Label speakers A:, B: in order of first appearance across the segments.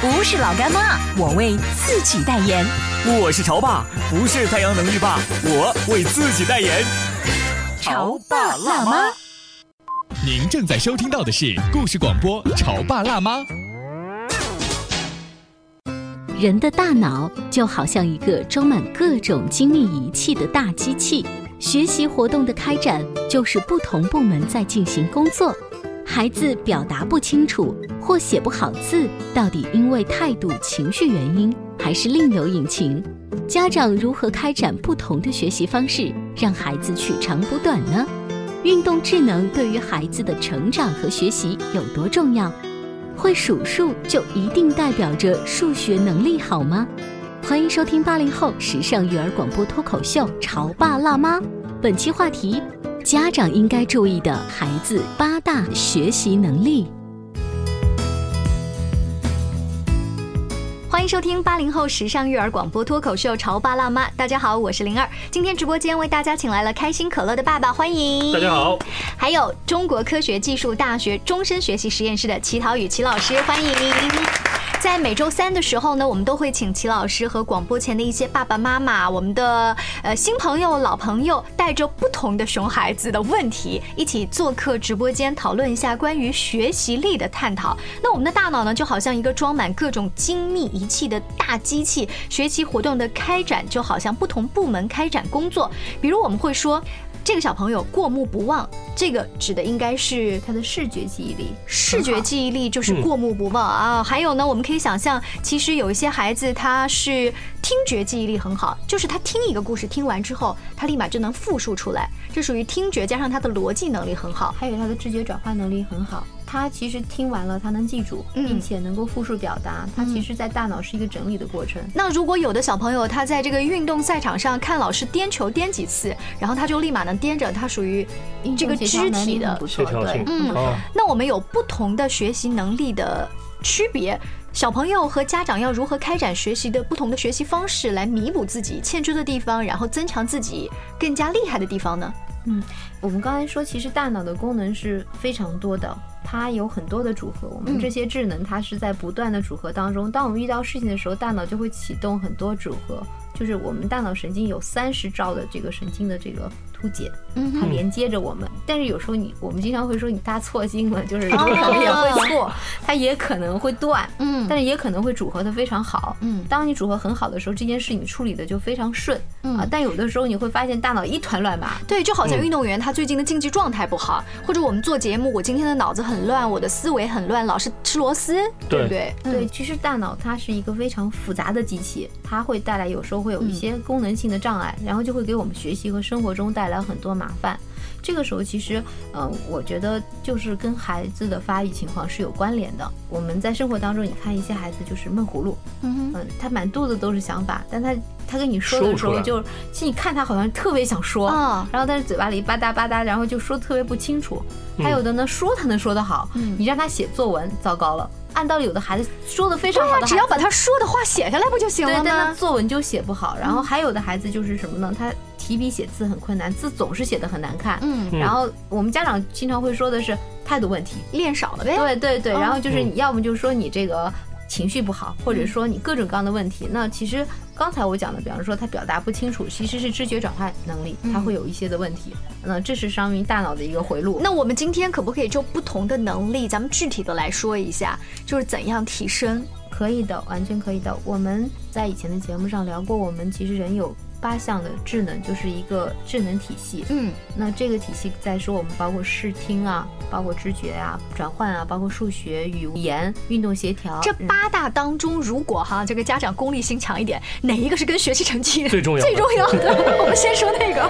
A: 不是老干妈，我为自己代言。
B: 我是潮爸，不是太阳能浴霸，我为自己代言。
A: 潮爸辣妈。
C: 您正在收听到的是故事广播《潮爸辣妈》。
A: 人的大脑就好像一个装满各种精密仪器的大机器，学习活动的开展就是不同部门在进行工作。孩子表达不清楚或写不好字，到底因为态度、情绪原因，还是另有隐情？家长如何开展不同的学习方式，让孩子取长补短呢？运动智能对于孩子的成长和学习有多重要？会数数就一定代表着数学能力好吗？欢迎收听八零后时尚育儿广播脱口秀《潮爸辣妈》，本期话题：家长应该注意的孩子八大学习能力。
D: 欢迎收听八零后时尚育儿广播脱口秀《潮爸辣妈》，大家好，我是灵儿。今天直播间为大家请来了开心可乐的爸爸，欢迎
E: 大家好，
D: 还有中国科学技术大学终身学习实验室的齐陶宇齐老师，欢迎。在每周三的时候呢，我们都会请齐老师和广播前的一些爸爸妈妈、我们的呃新朋友、老朋友，带着不同的熊孩子的问题，一起做客直播间，讨论一下关于学习力的探讨。那我们的大脑呢，就好像一个装满各种精密仪器的大机器，学习活动的开展就好像不同部门开展工作。比如我们会说，这个小朋友过目不忘，这个指的应该是
F: 他的视觉记忆力，
D: 视觉记忆力就是过目不忘啊。还有呢，我们可以想象，其实有一些孩子他是听觉记忆力很好，就是他听一个故事听完之后，他立马就能复述出来，这属于听觉加上他的逻辑能力很好。
F: 还有他的知觉转化能力很好。他其实听完了，他能记住，
D: 嗯
F: 并且能够复述表达。他其实，在大脑是一个整理的过程。
D: 那如果有的小朋友他在这个运动赛场上看老师颠球颠几次，然后他就立马能颠着，他属于嗯这个
F: 运动协调
D: 肢
F: 能
D: 体
F: 力很
D: 的
F: 不错
E: 协，调性
F: 对，
D: 嗯
E: 哦，
D: 那我们有不同的学习能力的区别，小朋友和家长要如何开展学习的不同的学习方式，来弥补自己欠缺的地方，然后增强自己更加厉害的地方呢？
F: 我们刚才说，其实大脑的功能是非常多的，它有很多的组合。我
D: 嗯
F: 们这些智能，它是在不断的组合当中。当我们遇到事情的时候，大脑就会启动很多组合，就是我们大脑神经有三十兆的这个神经的这个突解，
D: 嗯
F: 它
D: 哼，
F: 连接着我们。但是有时候你，我们经常会说你搭错心了， 就是它可能也会错，它也可能会断，
D: 哦嗯
F: 但是也可能会组合的非常好。
D: 嗯
F: 当你组合很好的时候，这件事你处理的就非常顺、啊
D: 嗯。。
F: 但有的时候你会发现大脑一团乱麻，
D: 对，就好像
E: 嗯
D: 运动员他最近的竞技状态不好，或者我们做节目，我今天的脑子很乱，我的思维很乱，老是吃螺丝，对不对？
E: 嗯
F: 对，其实大脑它是一个非常复杂的机器，它会带来有时候会有
E: 嗯
F: 一些功能性的障碍，然后就会给我们学习和生活中带来很多麻烦。这个时候，其实，嗯、我觉得就是跟孩子的发育情况是有关联的。我们在生活当中，你看一些孩子就是闷葫芦，
D: 嗯哼
F: 嗯、他满肚子都是想法，但他他跟你说
E: 说
F: 的
E: 不
F: 时
E: 出
F: 候
E: 来嗯
F: 就，其实你看他好像特别想说，
D: 啊
F: 然后但是嘴巴里吧嗒吧嗒，然后就说得特别不清楚。
E: 嗯
F: 还有的呢，说他能说得好，
D: 嗯
F: 你让他写作文，糟糕了。按道理有的孩子说的非
D: 对啊
F: 常好
D: 呀、
F: 的孩子，
D: 只要把他说的话写下来不就行
F: 对，
D: 了
F: 但他
D: 吗？
F: 作文就写不好。然
D: 嗯
F: 后还有的孩子就是什么呢？他提笔写字很困难，字总是写的很难看。
D: 嗯，
E: 嗯
F: 然后我们家长经常会说的是态度问题，
D: 练少了呗。
F: 对对对，
D: 嗯
F: 然后就是你要么就说你这个情绪不好，或者说你各种各样的问题。那其实刚才我讲的，比方说他表达不清楚，其实是知觉转换能力，他会有一些的问题。那这是伤于大脑的一个回路。
D: 那我们今天可不可以就不同的能力，咱们具体的来说一下，就是怎样提升？
F: 可以的，完全可以的。我们在以前的节目上聊过，我们其实人有八项的智能就是一个智能体系。
D: 嗯，
F: 那这个体系在说我们包括视听啊，包括知觉啊、转换啊，包括数学、语言、运动协调。
D: 这八大当中，如果哈这个家长功利心强一点，哪一个是跟学习成绩
E: 最重要的
D: 最重要 的？我们先说那个。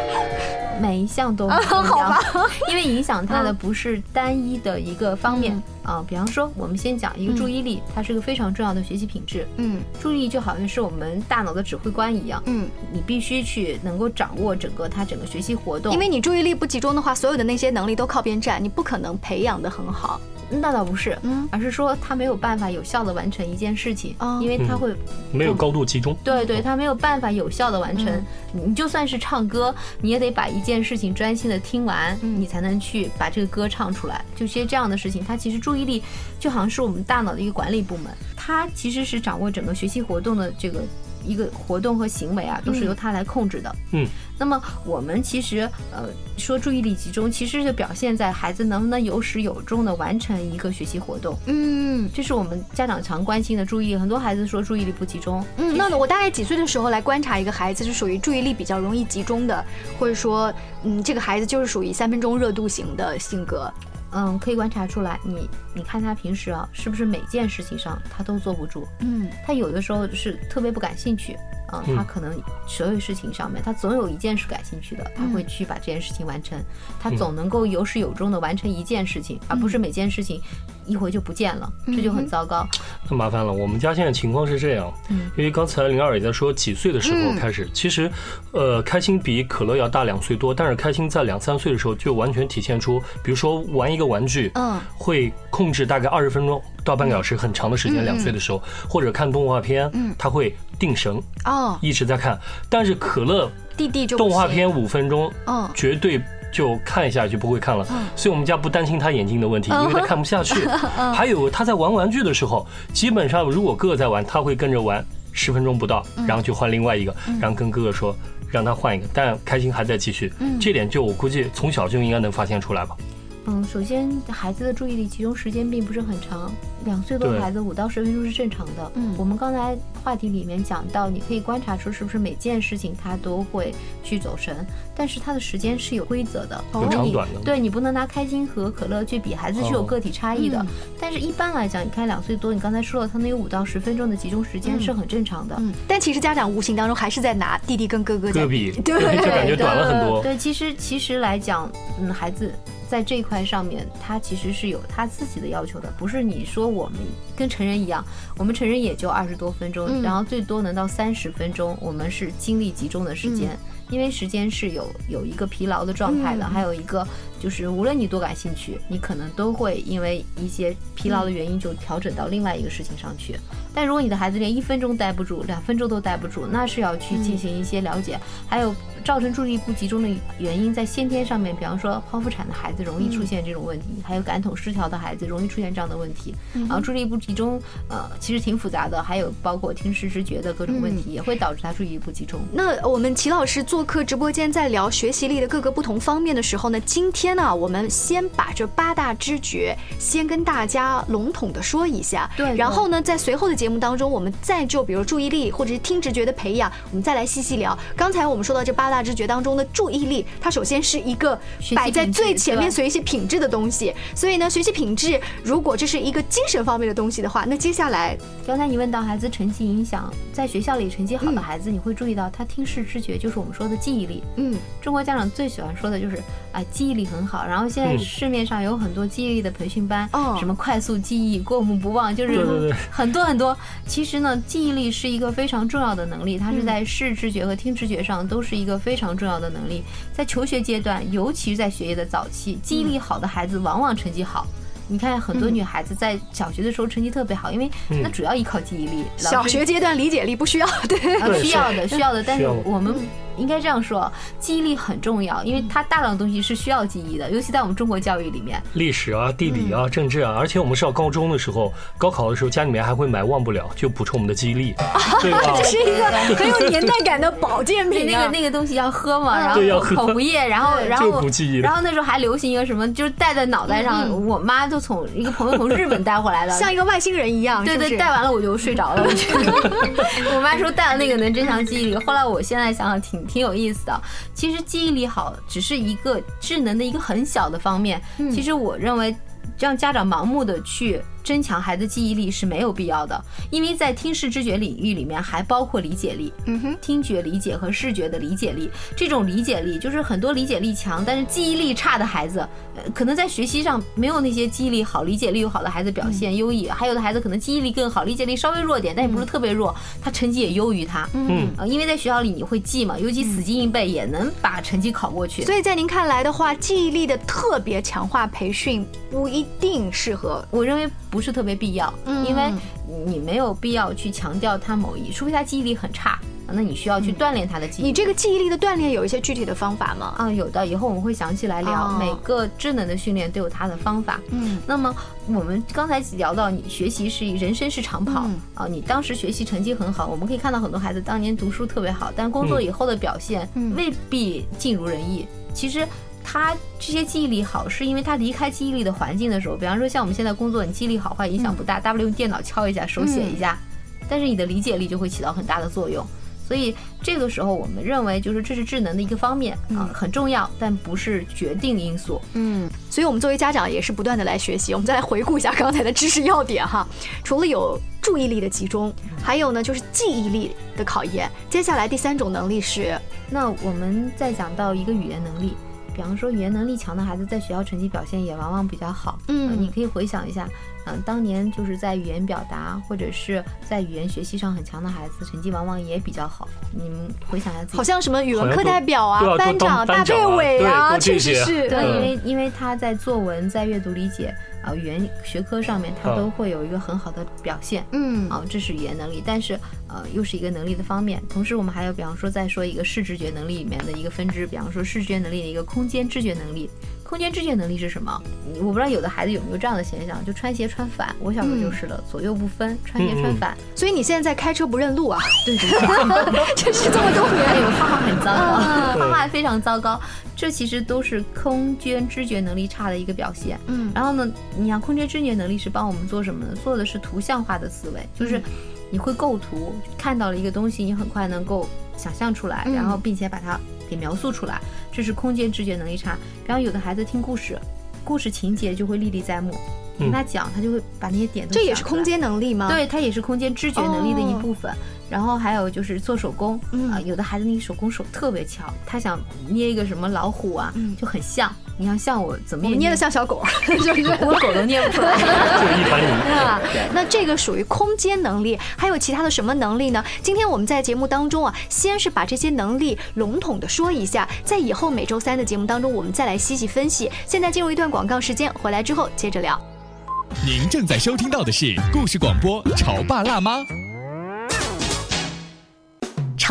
F: 每一项都
D: 啊
F: 很重要，
D: 好吧 嗯
F: 因为影响它的不是单一的一个方面啊、比方说，我们先讲一个注意力，它是一个非常重要的学习品质。
D: 嗯
F: 注意力就好像是我们大脑的指挥官一样，
D: 嗯，
F: 你必须去能够掌握整个它整个学习活动。
D: 因为你注意力不集中的话，所有的那些能力都靠边站，你不可能培养的很好。
F: 那倒不是，
D: 嗯
F: 而是说他没有办法有效的完成一件事情，
D: 哦
F: 因为他
E: 嗯
F: 会
E: 没有高度集中。
F: 对
D: 嗯
F: 对，他没有办法有效的完成。你就算是唱歌，你也得把一件事情专心的听完，
D: 嗯
F: 你才能去把这个歌唱出来。就些这样的事情，它其实注意力就好像是我们大脑的一个管理部门，它其实是掌握整个学习活动的这个一个活动和行为
D: 嗯
F: 啊，都是由它来控制的。
E: 嗯，
F: 那么我们其实呃说注意力集中，其实就表现在孩子能不能有始有终的完成一个学习活动，
D: 嗯
F: 这是我们家长常关心的注意力。很多孩子说注意力不集中，
D: 嗯，那我大概几岁的时候来观察一个孩子是属于注意力比较容易集中的，或者说，嗯，这个孩子就是属于三分钟热度型的性格。
F: 嗯，可以观察出来，你你看他平时啊，是不是每件事情上他都坐不住？
D: 嗯
F: 他有的时候是特别不感兴趣，嗯，
E: 嗯
F: 他可能所有事情上面，他总有一件是感兴趣的，他会去把这件事情完成，他总能够有始有终的完成一件事情，而不是每件事情一回就不见了，这就很糟糕。
E: 那麻烦了，我们家现在情况是这样，
F: 嗯
E: 因为刚才灵儿也在说几岁的时候开始，其实，呃，开心比可乐要大两岁多，但是开心在两三岁的时候就完全体现出，比如说玩一个玩具，
D: 嗯，
E: 会控制大概二十分钟到半个小时，很长的时间。两岁的时候，或者看动画片，他会定神
D: 哦，
E: 一直在看，但是可乐
D: 弟弟就不
E: 动画
D: 行
E: 片五分钟，
D: 嗯
E: 绝对就看一下就不会看了。所以我们家不担心他眼睛的问题，因为
D: 嗯
E: 他看不下 去。还有他在玩玩具的时候，基本上如果哥哥在玩，他会跟着玩十分钟不到，
D: 嗯
E: 然后就换另外一个，然后跟哥哥说。让他换一个，但开心还在继续，
D: 嗯
E: 这点就我估计从小就应该能发现出来吧。
F: 嗯，首先孩子的注意力集中时间并不是很长，两岁多
E: 对
F: 的孩子五到十分钟是正常的。
D: 嗯
F: 我们刚才话题里面讲到，你可以观察出是不是每件事情他都会去走神，但是他的时间是有规则的，哦
E: 有长短的
F: 你对你不能拿开心和可乐去比，孩子是有
E: 哦
F: 个体差异的。
D: 嗯
F: 但是一般来讲，你看两岁多，你刚才说了，他能有五到十分钟的集中时间是很正常的。
D: 嗯，但其实家长无形当中还是在拿弟弟跟哥哥在
E: 哥比，
D: 对
E: 哥比就感觉短了很多。
F: 对，其实其实来讲，嗯，孩子在这一块上面，他其实是有他自己的要求的，不是你说我们跟成人一样，我们成人也就二十多分钟，
D: 嗯
F: 然后最多能到三十分钟，我们是精力集中的时间。因为时间是有有一个疲劳的状态的，
D: 嗯
F: 还有一个就是无论你多感兴趣，你可能都会因为一些疲
D: 嗯
F: 劳的原因就调整到另外一个事情上去。但如果你的孩子连一分钟待不住，两分钟都待不住，那是要去进行一些了解。还有造成注意力不集中的原因，在先天上面，比方说剖腹产的孩子容易出现这种问题，还有感统失调的孩子容易出现这样的问题。然后注意力不集中，呃，其实挺复杂的，还有包括听视知觉的各种问题，也会导致他注意力不集中。
D: 那呃我们齐老师做客直播间，在聊学习力的各个不同方面的时候呢，今天呢、我们先把这八大知觉先跟大家笼统的说一下，
F: 对的
D: 然后呢，在随后的节目当中，我们再就比如注意力或者是听直觉的培养，我们再来细细聊。刚才我们说到这八大知觉当中的注意力，它首先是一个
F: 学习
D: 摆在
F: 品质
D: 最前面
F: 对吧
D: 学习品质的东西，所以呢，学习品质如果这是一个精神方面的东西的话，那接下来
F: 刚才你问到孩子成绩影响，在学校里成绩
E: 嗯
F: 好的孩子，你会注意到他听视知觉，就是我们说的记忆力。
D: 嗯
F: 中国家长最喜欢说的就是啊，记忆力很好。然后现在
E: 嗯
F: 市面上有很多记忆力的培训班，
D: 哦
F: 什么快速记忆、过目不忘，就
E: 对对对
F: 是很多很多。其实呢，记忆力是一个非常重要的能力，它
E: 嗯
F: 是在视知觉和听知觉上都是一个非常重要的能力。在求学阶段，尤其是在学业的早期，记忆
D: 嗯
F: 力好的孩子往往成绩好。你看，很多女孩子在小学的时候成绩特别好，因为
E: 嗯
F: 那主要依靠记忆力。老师
D: 小学阶段理解力不需要，对。
F: 啊，
E: 对
F: 需
E: 是
F: 要的，需要的。但
E: 需
F: 是
E: 要的
F: 我们
D: 嗯
F: 应该这样说，记忆力很重要，因为它大量的东西是需要记忆的，尤其在我们中国教育里面。
E: 历史啊、
D: 嗯
E: 地理啊、政治啊，而且我们上高中的时候，高考的时候，家里面还会买忘不了，就补充我们的记忆 力，对吧？
D: 这是一个很有年代感的保健
F: 对，
D: 品、
F: 那
D: 啊。
F: 个那个东西要喝
D: 嗯
F: 嘛，然后
E: 对要
F: 口
E: 喝
F: 口服液，然后然
E: 这
F: 后
E: 个不记忆的
F: 然后那时候还流行一个什么，就是戴在脑袋
D: 嗯
F: 上，我妈就从一个朋友从日本带回来 的，
D: 像一个外星人一样，
F: 对
D: 是不
F: 对，
D: 是
F: 戴完了我就睡着了。我觉得我妈说戴了那个能增强记忆力，后来我现在想想挺挺有意思的。其实记忆力好只是一个智能的一个很小的方面，其实我认为。让家长盲目的去增强孩子记忆力是没有必要的，因为在听视知觉领域里面还包括理解力，
D: 嗯哼，
F: 听觉理解和视觉的理解力。这种理解力就是很多理解力强但是记忆力差的孩子，呃可能在学习上没有那些记忆力好、理解力又好的孩子表
D: 嗯
F: 现优异，还有的孩子可能记忆力更好，理解力稍微弱点，但也不是特别弱，
D: 嗯
F: 他成绩也优于他。
E: 嗯，
F: 呃，因为在学校里你会记嘛，尤其死记硬背也能把成绩考过去。
D: 所以在您看来的话，记忆力的特别强化培训不一定适合。
F: 我认为不是特别必要，
D: 嗯
F: 因为你没有必要去强调他某一，除非他记忆力很差，那你需要去锻炼他的记忆
D: 嗯
F: 力。
D: 你这个记忆力的锻炼有一些具体的方法吗？
F: 啊，有的，以后我们会详细来聊，
D: 哦
F: 每个智能的训练都有它的方法。
D: 嗯
F: 那么我们刚才聊到，你学习是一人生是长跑、
D: 嗯
F: 啊，你当时学习成绩很好，我们可以看到很多孩子当年读书特别好，但工作
E: 嗯
F: 以后的表现
D: 嗯
F: 未必尽如人意。其实。他这些记忆力好，是因为他离开记忆力的环境的时候，比方说像我们现在工作，你记忆力好坏
D: 嗯
F: 影响不大，大不了用电脑敲一下，手写一下，但是你的理解力就会起到很大的作用。所以这个时候，我们认为就是这是智能的一个方面啊，很重要，但不是决定因素。
D: 嗯，所以我们作为家长也是不断的来学习。我们再来回顾一下刚才的知识要点哈，除了有注意力的集中，还有呢就是记忆力的考验。接下来第三种能力是，
F: 那我们再讲到一个语言能力，比方说语言能力强的孩子，在学校成绩表现也往往比较好。
D: 嗯
F: 呃你可以回想一下，嗯、当年就是在语言表达或者是在语言学习上很强的孩子，成绩往往也比较好。你们回想一下自己
D: 好。像什么语文
E: 好像
D: 课
E: 都
D: 代表啊
E: 都要、都
D: 班长、
E: 当
D: 大
E: 班长
D: 队
E: 啊
D: 委
E: 对
D: 啊，
E: 都
D: 确
E: 这
D: 实
E: 些
D: 是。
F: 对，
E: 嗯
F: 因为因为他在作文、在阅读理解啊、语言学科上面，他
E: 嗯
F: 都会有一个很好的表现。
D: 嗯，
F: 啊，这是语言能力，但是呃，又是一个能力的方面。同时，我们还有，比方说再说一个视知觉能力里面的一个分支，比方说视觉能力的一个空间知觉能力。空间知觉能力是什么？我不知道有的孩子有没有这样的现象，就穿鞋穿反。我小时候就是了，左右不分，穿鞋穿反。
D: 所以你现在在开车不认路啊，
F: 对对对，
D: 真是这么多
F: 还
D: 年。
F: 有画画很糟糕，
E: 嗯
F: 画画非常糟糕。这其实都是空间知觉能力差的一个表现。
D: 嗯
F: 然后呢，你想空间知觉能力是帮我们做什么呢？做的是图像化的思维，
D: 嗯
F: 就是你会构图，看到了一个东西，你很快能够想象出来，
D: 嗯
F: 然后并且把它给描述出来，这是空间知觉能力差。比方有的孩子听故事，故事情节就会历历在目，
E: 嗯
F: 跟他讲，他就会把那些点都
D: 这也
F: 想
D: 是
F: 出来
D: 空。间能力吗？，
F: 对，它也是空间知觉能力的一
D: 哦
F: 部分。然后还有就是做手工，啊、
D: 嗯
F: 有的孩子那个手工手特别巧，他想捏一个什么老虎啊，
D: 嗯
F: 就很像。你要像我怎么
D: 我
F: 也
D: 们捏
F: 不
D: 的像小狗，是不是？
F: 我狗都念不出来。
E: 就是一盘泥。
D: 啊，那这个属于空间能力，还有其他的什么能力呢？今天我们在节目当中啊，先是把这些能力笼统的说一下，在以后每周三的节目当中，我们再来细细分析。现在进入一段广告时间，回来之后接着聊。
C: 您正在收听到的是故事广播《潮爸辣妈》。
A: 《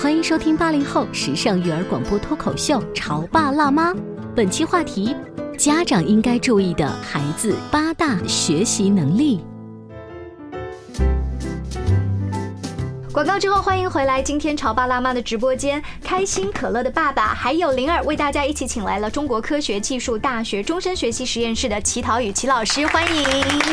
A: 欢迎收听八零后时尚育儿广播脱口秀《潮爸辣妈》，本期话题：家长应该注意的孩子八大学习能力。
D: 广告之后，欢迎回来。今天潮爸辣妈的直播间，开心可乐的爸爸还有灵儿为大家一起请来了中国科学技术大学终身学习实验室的齐陶宇齐老师，欢迎。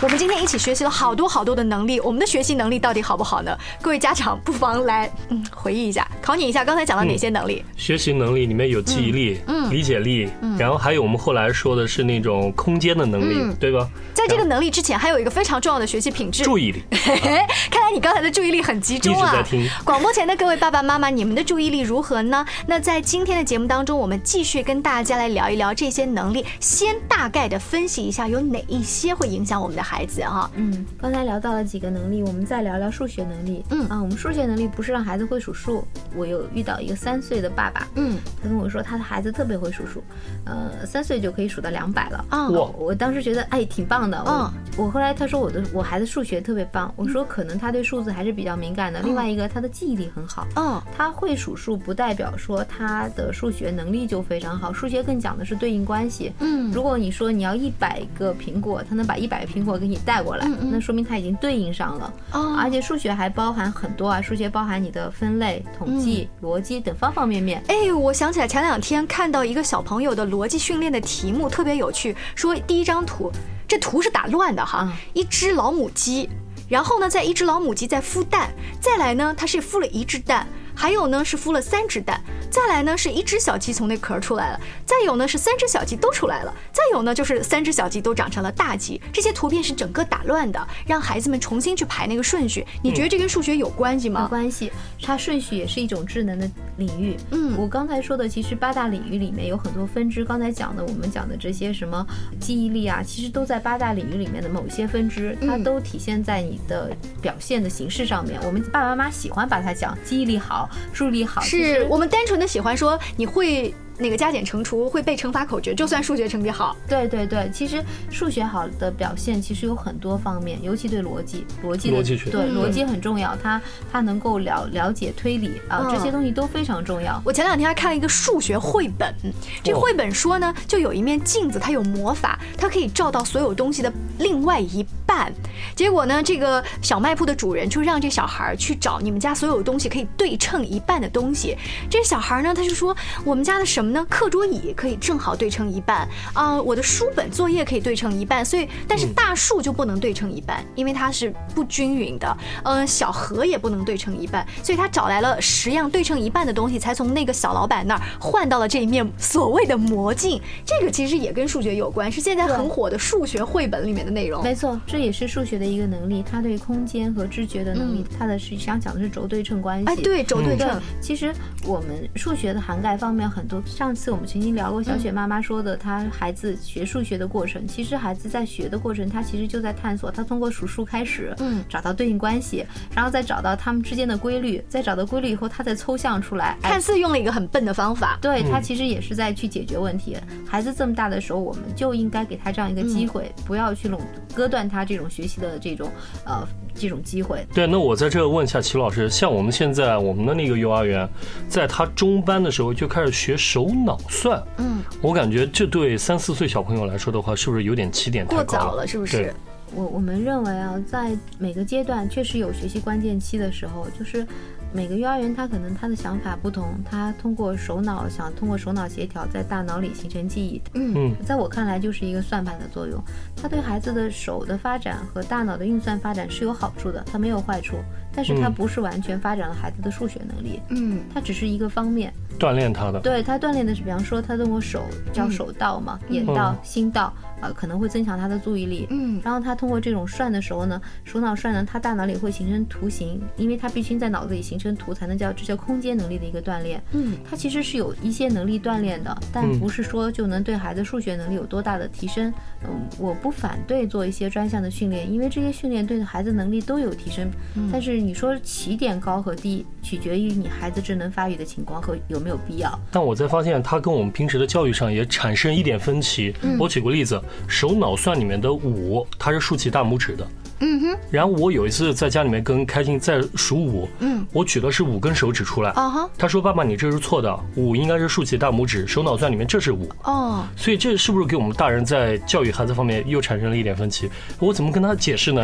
D: 我们今天一起学习了好多好多的能力，我们的学习能力到底好不好呢？各位家长不妨来嗯回忆一下，考你一下，刚才讲到哪些能力？
E: 学习能力里面有记忆力、
D: 嗯嗯
E: 理解力，然后还有我们后来说的是那种空间的能力，
D: 嗯
E: 对吧？
D: 在这个能力之前，还有一个非常重要的学习品质，
E: 注意 力，
D: 哎，看来你刚才的注意力很集中
E: 一直
D: 啊
E: 在听！
D: 广播前的各位爸爸妈妈，你们的注意力如何呢？那在今天的节目当中，我们继续跟大家来聊一聊这些能力，先大概的分析一下有哪一些会影响我们的孩子哈。
F: 嗯，刚才聊到了几个能力，我们再聊聊数学能力。
D: 嗯
F: 啊，我们数学能力不是让孩子会数数。我有遇到一个三岁的爸爸，
D: 嗯，
F: 他跟我说他的孩子特别会数数，呃，三岁就可以数到两百了。
D: 啊
E: 哇
F: 我当时觉得哎挺棒的，我、
D: 嗯
F: 我后来他说我的我孩子数学特别棒，我说可能他对数字还是比较敏感的，另外一个他的记忆力很好，
D: 嗯
F: 他会数数不代表说他的数学能力就非常好，数学更讲的是对应关系。
D: 嗯
F: 如果你说你要一百个苹果，他能把一百个苹果给你带过来，
D: 嗯嗯
F: 那说明他已经对应上了。
D: 哦
F: 而且数学还包含很多啊，数学包含你的分类、统计、
D: 嗯
F: 逻辑等方方面面。
D: 哎，我想起来前两天看到一个小朋友的逻辑训练的题目特别有趣，说第一张图，这图是打乱的哈，
F: 嗯
D: 一只老母鸡，然后呢，在一只老母鸡在孵蛋，再来呢，它是孵了一只蛋。还有呢是孵了三只蛋，再来呢是一只小鸡从那壳儿出来了，再有呢是三只小鸡都出来了，再有呢就是三只小鸡都长成了大鸡。这些图片是整个打乱的，让孩子们重新去排那个顺序。你觉得这跟数学有关系
F: 没
D: 吗？
F: 关系，它顺序也是一种智能的领域。
D: 嗯
F: 我刚才说的，其实八大领域里面有很多分支。刚才讲的，我们讲的这些什么记忆力啊，其实都在八大领域里面的某些分支，它
D: 嗯
F: 都体现在你的表现的形式上面。我们爸爸妈妈喜欢把它讲记忆力好、注意力好，啊其
D: 是
F: 实
D: 我们单纯的喜欢说你会那个加减乘除，会背乘法口诀，就算数学成绩好。
F: 对对对，其实数学好的表现其实有很多方面，尤其对逻辑，逻辑的
E: 逻辑学
F: 对
D: 嗯
F: 逻辑很重要，它它能够了了解推理啊，这些
D: 嗯
F: 东西都非常重要。
D: 我前两天还看了一个数学绘本，这
E: 哦
D: 绘本说呢，就有一面镜子，它有魔法，它可以照到所有东西的另外一半。结果呢，这个小卖铺的主人就让这小孩儿去找你们家所有东西可以对称一半的东西。这小孩儿呢，他就说我们家的什么呢？课桌椅可以正好对称一半啊、我的书本作业可以对称一半，所以但是大树就不能对称一半，因为它是不均匀的。嗯、小河也不能对称一半，所以他找来了十样对称一半的东西，才从那个小老板那儿换到了这一面所谓的魔镜。这个其实也跟数学有关，是现在很火的数学绘本里面的内容。哎
F: 没错，这也是数学的一个能力，它对空间和知觉的能力，它的是想讲的是轴对称关系。
D: 嗯哎，对，轴对
F: 嗯对
D: 称，，
F: 其实我们数学的涵盖方面很多。上次我们曾经聊过
D: 嗯
F: 小雪妈妈说的，她孩子学数学的过程，其实孩子在学的过程，他其实就在探索，他通过数数开始，
D: 嗯
F: 找到对应关系，然后再找到他们之间的规律，再找到规律以后，他再抽象出来。哎
D: 看似用了一个很笨的方法。
F: 对他其实也是在去解决问题。孩子这么大的时候，我们就应该给他这样一个机会，不要去垄割断他这种学习的这种呃这种机会。
E: 对，那我在这问一下齐老师，像我们现在我们的那个幼儿园，在他中班的时候就开始学手脑算，嗯，我感觉这对三四岁小朋友来说的话，是不是有点起点太
D: 过
E: 高
D: 早了，是不
E: 对
D: 是？
F: 我我们认为啊，在每个阶段确实有学习关键期的时候，就是每个幼儿园他可能他的想法不同，他通过手脑想通过手脑协调，在大脑里形成记忆。
E: 嗯，
F: 在我看来就是一个算盘的作用，它对孩子的手的发展和大脑的运算发展是有好处的，它没有坏处，但是它
E: 嗯
F: 不是完全发展了孩子的数学能力，
D: 嗯
F: 它只是一个方面。
E: 锻炼他的。
F: 对它锻炼的是，比方说它通过手叫手道嘛，眼道
E: 嗯、
F: 心道，呃，可能会增强他的注意力。
D: 嗯
F: 然后他通过这种涮的时候呢，手脑涮呢，他大脑里会形成图形，因为他必须在脑子里形成图，才能叫这叫空间能力的一个锻炼。
D: 嗯，
F: 它其实是有一些能力锻炼的，但
E: 嗯
F: 不是说就能对孩子数学能力有多大的提升。嗯，我不反对做一些专项的训练，因为这些训练对孩子能力都有提升。
D: 嗯
F: 但是你说起点高和低，取决于你孩子智能发育的情况和有没有必要。
E: 但我在发现它跟我们平时的教育上也产生一点分歧。我举个例子，手脑算里面的五，它是竖起大拇指的。嗯哼。然后我有一次在家里面跟开心在数五，嗯，我举的是五根手指出来。
D: 啊哈，
E: 他说：“爸爸，你这是错的，五应该是竖起大拇指，手脑算里面这是五。
D: 哦，
E: 所以这是不是给我们大人在教育孩子方面又产生了一点分歧？我怎么跟他解释呢？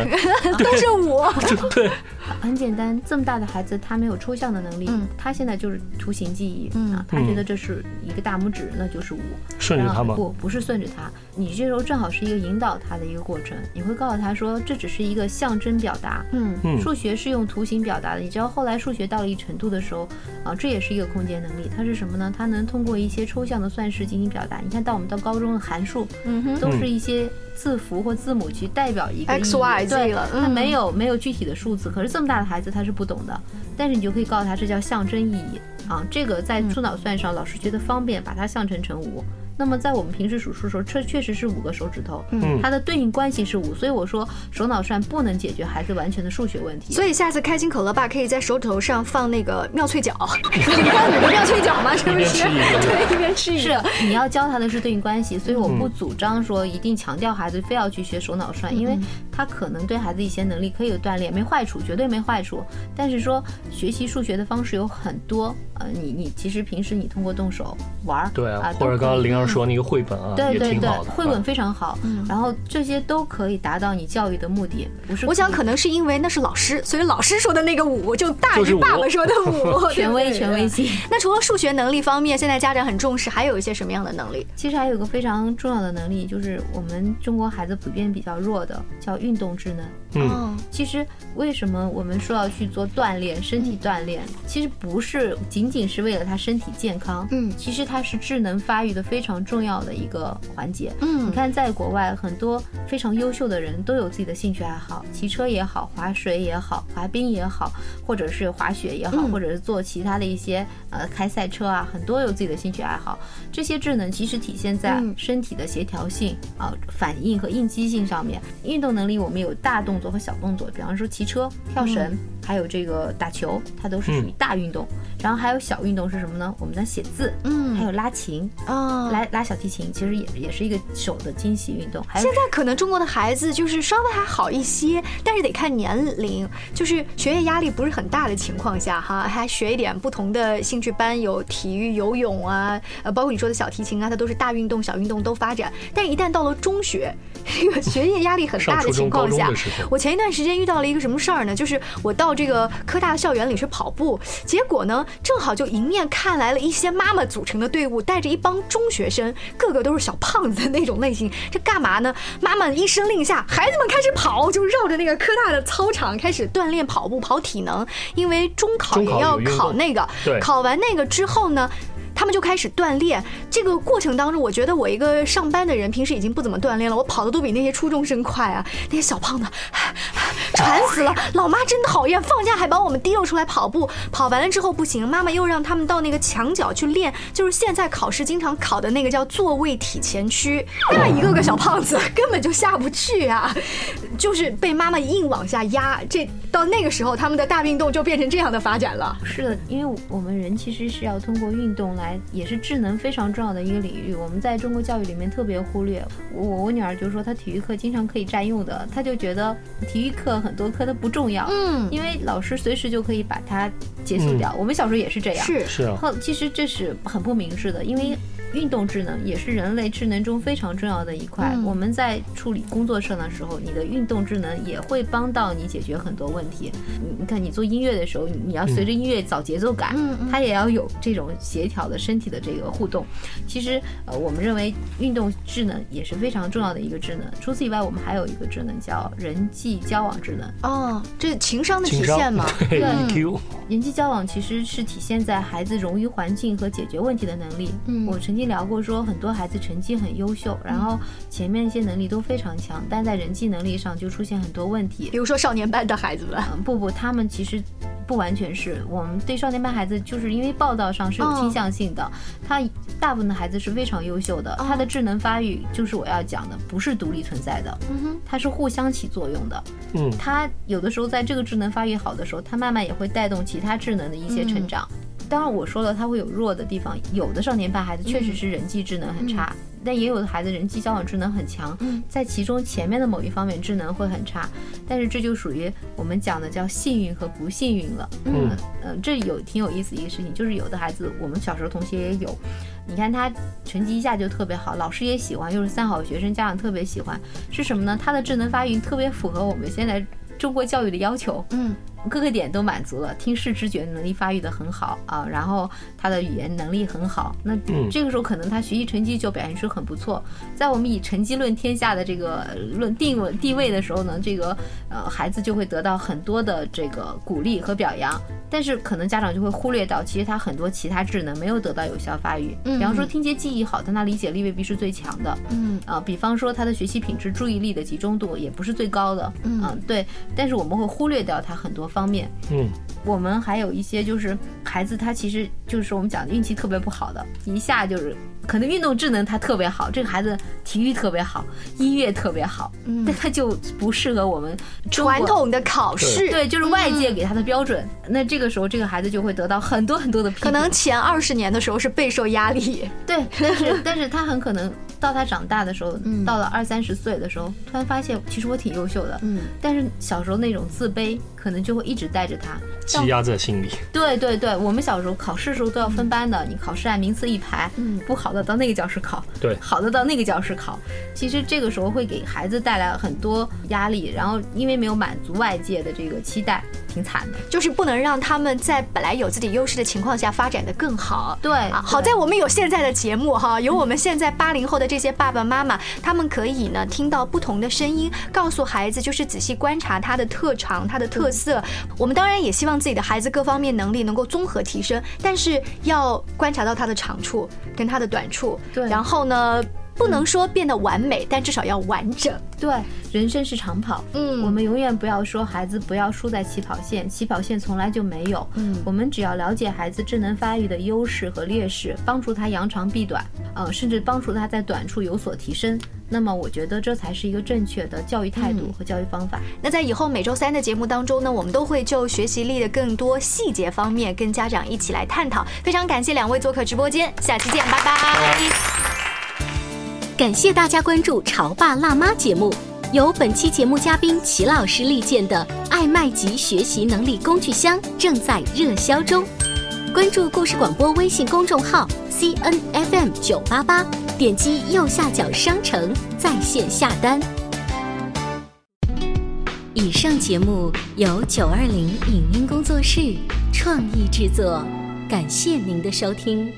D: 都是我。
E: 对对，
F: 很简单，这么大的孩子他没有抽象的能力，
D: 嗯
F: 他现在就是图形记忆、
D: 嗯
F: 啊，他觉得这是一个大拇指，那就是五。
E: 顺着
F: 然后
E: 他吗
F: 不，不是顺着他，你这时候正好是一个引导他的一个过程，你会告诉他说，这只是一个象征表达。
D: 嗯
E: 嗯
F: 数学是用图形表达的，你知道后来数学到了一程度的时候，啊，这也是一个空间能力。它是什么呢？它能通过一些抽象的算式进行表达。你看到我们到高中的函数，
D: 嗯哼，
F: 都是一些字符或字母去代表一个
D: X,
F: 意义
D: Y, Z
F: 对
D: 了
F: 它
D: 嗯
F: 没有没有具体的数字。可是这么大的孩子他是不懂的，但是你就可以告诉他这叫象征意义啊。这个在
D: 嗯
F: 数脑算上，老师觉得方便，把它象征成五。那么在我们平时数数的时候，这确实是五个手指头，
E: 嗯
F: 它的对应关系是五，所以我说手脑算不能解决孩子完全的数学问题。
D: 所以下次开心可乐吧，可以在手指头上放那个妙 脆角，你看你的妙脆角吗？是不
E: 一边
D: 是？
E: 吃一边
D: 对，一边吃一边。
F: 是你要教他的是对应关系，
E: 嗯
F: 所以我不主张说一定强调孩子非要去学手
D: 嗯
F: 脑算，因为他可能对孩子一些能力可以有锻炼，没坏处，绝对没坏处。但是说学习数学的方式有很多，呃，你你其实平时你通过动手玩儿，
E: 对
F: 啊，
E: 或
F: 都
E: 者
F: 可
E: 刚
F: 以
E: 刚灵儿说那个绘本啊，
F: 对
E: 也
F: 对
E: 挺
F: 对
E: 好，的。
F: 绘本非常好，
D: 嗯
F: 然后这些都可以达到你教育的目的，不是
D: 我想可能是因为那是老师，所以老师说的那个五就大
E: 就是
D: 于
E: 五
D: 爸爸说的 五，
F: 权威
D: 对不对
F: 权威。性。
D: 那除了数学能力方面，现在家长很重视，还有一些什么样的能力？
F: 其实还有一个非常重要的能力，就是我们中国孩子普遍比较弱的，叫运动智能。
E: 嗯，
D: 嗯
F: 其实为什么我们说要去做锻炼，身
D: 嗯
F: 体锻炼，其实不是仅仅是为了他身体健康，
D: 嗯
F: 其实它是智能发育的非常重要的一个环节。你
D: 嗯，
F: 看，在国外很多非常优秀的人都有自己的兴趣爱好，骑车也好，划水也好，滑冰也好，或者是滑雪也好，
D: 嗯
F: 或者是做其他的一些呃开赛车啊，很多有自己的兴趣爱好。这些智能其实体现在
D: 嗯
F: 身体的协调性啊、反应和应激性上面。运动能力我们有大动作和小动作，比方说骑车、跳绳，
D: 嗯
F: 还有这个打球，它都是属于
E: 嗯
F: 大运动。然后还有小运动是什么呢？我们的写字，
D: 嗯
F: 还有拉琴，
D: 啊，
F: 拉拉小提琴，其实也也是一个手的精细运动。还有
D: 现在可能中国的孩子就是稍微还好一些，但是得看年龄，就是学业压力不是很大的情况下哈，还学一点不同的兴趣班，有体育、游泳啊，呃，包括你说的小提琴啊，它都是大运动、小运动都发展。但一旦到了中学， 这个学业压力很
E: 上
D: 大
E: 初
D: 的情
E: 中、高
D: 况
E: 中
D: 下
E: 的，时候，
D: 我前一段时间遇到了一个什么事儿呢？就是我到这个科大的校园里去跑步，结果呢，正好就迎面看来了一些妈妈组成的队伍，带着一帮中学生，个个都是小胖子的那种类型。这干嘛呢？妈妈一声令下，孩子们开始跑，就绕着那个科大的操场开始锻炼跑步、跑体能，因为中考
E: 中
D: 也
E: 考
D: 要
E: 有运动
D: 考那个，
E: 对
D: 考完那个之后呢，他们就开始锻炼。这个过程当中，我觉得我一个上班的人，平时已经不怎么锻炼了，我跑的都比那些初中生快啊！那些小胖子， 馋死了！老妈真讨厌，放假还把我们提溜出来跑步。跑完了之后不行，妈妈又让他们到那个墙角去练，就是现在考试经常考的那个叫座位体前屈。那一个个小胖子根本就下不去啊，就是被妈妈硬往下压。这到那个时候，他们的大运动就变成这样的发展了。
F: 是的，因为我们人其实是要通过运动来，也是智能非常重要的一个领域。我们在中国教育里面特别忽略。我我女儿就说她体育课经常可以占用的，她就觉得体育课很多科它不重要，
D: 嗯，
F: 因为老师随时就可以把它结束掉。我们小时候也是这样。
D: 是
E: 是啊，
F: 后其实这是很不明智的，因为运动智能也是人类智能中非常重要的一块。
D: 嗯
F: 我们在处理工作上的时候，你的运动智能也会帮到你解决很多问题。你你看，你做音乐的时候，你你要随着音乐找节奏感，
D: 嗯嗯
F: 它也要有这种协调的身体的这个互动。其实，呃，我们认为运动智能也是非常重要的一个智能。除此以外，我们还有一个智能叫人际交往智能。
D: 哦，这情商的体
E: 情商
D: 现嘛。
E: 对，E
F: 嗯
E: EQ，
F: 人际交往其实是体现在孩子融于环境和解决问题的能力。
D: 嗯
F: 我曾经聊过说，很多孩子成绩很优秀，然后前面一些能力都非常强，但在人际能力上就出现很多问题
D: 比。如说少年班的孩子们，
F: 嗯，不不，他们其实不完全是我们对少年班孩子，就是因为报道上是有倾向性的，他大部分的孩子是非常优秀的，他的智能发育就是我要讲的，不是独立存在的，它是互相起作用的。
E: 嗯，
F: 它有的时候在这个智能发育好的时候，它慢慢也会带动其他智能的一些成长。当然，我说了，它会有弱的地方，有的少年班孩子确实是人际智能很差，但也有的孩子人际交往智能很强，在其中前面的某一方面智能会很差，但是这就属于我们讲的叫幸运和不幸运了。
E: 嗯
F: 呃，这有挺有意思一个事情，就是有的孩子，我们小时候同学也有，你看他成绩一下就特别好，老师也喜欢，又是三好学生，家长特别喜欢，是什么呢？他的智能发育特别符合我们现在中国教育的要求。
D: 嗯，
F: 各个点都满足了，听视知觉能力发育的很好啊，然后他的语言能力很好，那
E: 嗯
F: 这个时候可能他学习成绩就表现出很不错。在我们以成绩论天下的这个呃论定位地位的时候呢，这个呃孩子就会得到很多的这个鼓励和表扬，但是可能家长就会忽略到，其实他很多其他智能没有得到有效发育，
D: 嗯
F: 比方说听觉记忆好，但他理解力未必是最强的，
D: 嗯
F: 啊，比方说他的学习品质、注意力的集中度也不是最高的，啊
D: 嗯
F: 对，但是我们会忽略掉他很多方面。
E: 嗯，
F: 我们还有一些就是孩子，他其实就是我们讲的运气特别不好的，一下就是可能运动智能他特别好，这个孩子体育特别好，音乐特别好，
D: 嗯
F: 但他就不适合我们中国
D: 传统嗯的考试，
F: 对，就是外界给他的标准。那这个时候，这个孩子就会得到很多很多的批评，
D: 可能前二十年的时候是备受压力，
F: 对，但是但是他很可能到他长大的时候，
D: 嗯
F: 到了二三十岁的时候，突然发现其实我挺优秀的，
D: 嗯，
F: 但是小时候那种自卑可能就会一直带着他。
E: 积压在心里。
F: 对对对，我们小时候考试的时候都要分班的，你考试按名次一排，
D: 嗯
F: 不好的到那个教室考，
E: 对
F: 好的到那个教室考。其实这个时候会给孩子带来很多压力，然后因为没有满足外界的这个期待，挺惨的。
D: 就是不能让他们在本来有自己优势的情况下发展的嗯更好。
F: 对，
D: 啊，好
F: 对
D: 在我们有现在的节目哈，有我们现在八零后的这些爸爸妈妈，他们可以呢听到不同的声音，告诉孩子就是仔细观察他的特长、他的特色。我们当然也希望自己的孩子各方面能力能够综合提升，但是要观察到他的长处跟他的短处，
F: 对
D: 然后呢。不能说变得完美，但至少要完整。
F: 对，人生是长跑，
D: 嗯
F: 我们永远不要说孩子不要输在起跑线，起跑线从来就没有，
D: 嗯
F: 我们只要了解孩子智能发育的优势和劣势，帮助他扬长避短，呃，甚至帮助他在短处有所提升，那么我觉得这才是一个正确的教育态度
D: 嗯
F: 和教育方法。
D: 那在以后每周三的节目当中呢，我们都会就学习力的更多细节方面跟家长一起来探讨。非常感谢两位做客直播间，下期见，拜拜
A: 感谢大家关注《潮爸辣妈》节目，由本期节目嘉宾齐老师力荐的爱麦吉学习能力工具箱正在热销中。关注故事广播微信公众号 CNFM 九八八，点击右下角商城在线下单。以上节目由九二零影音工作室创意制作，感谢您的收听。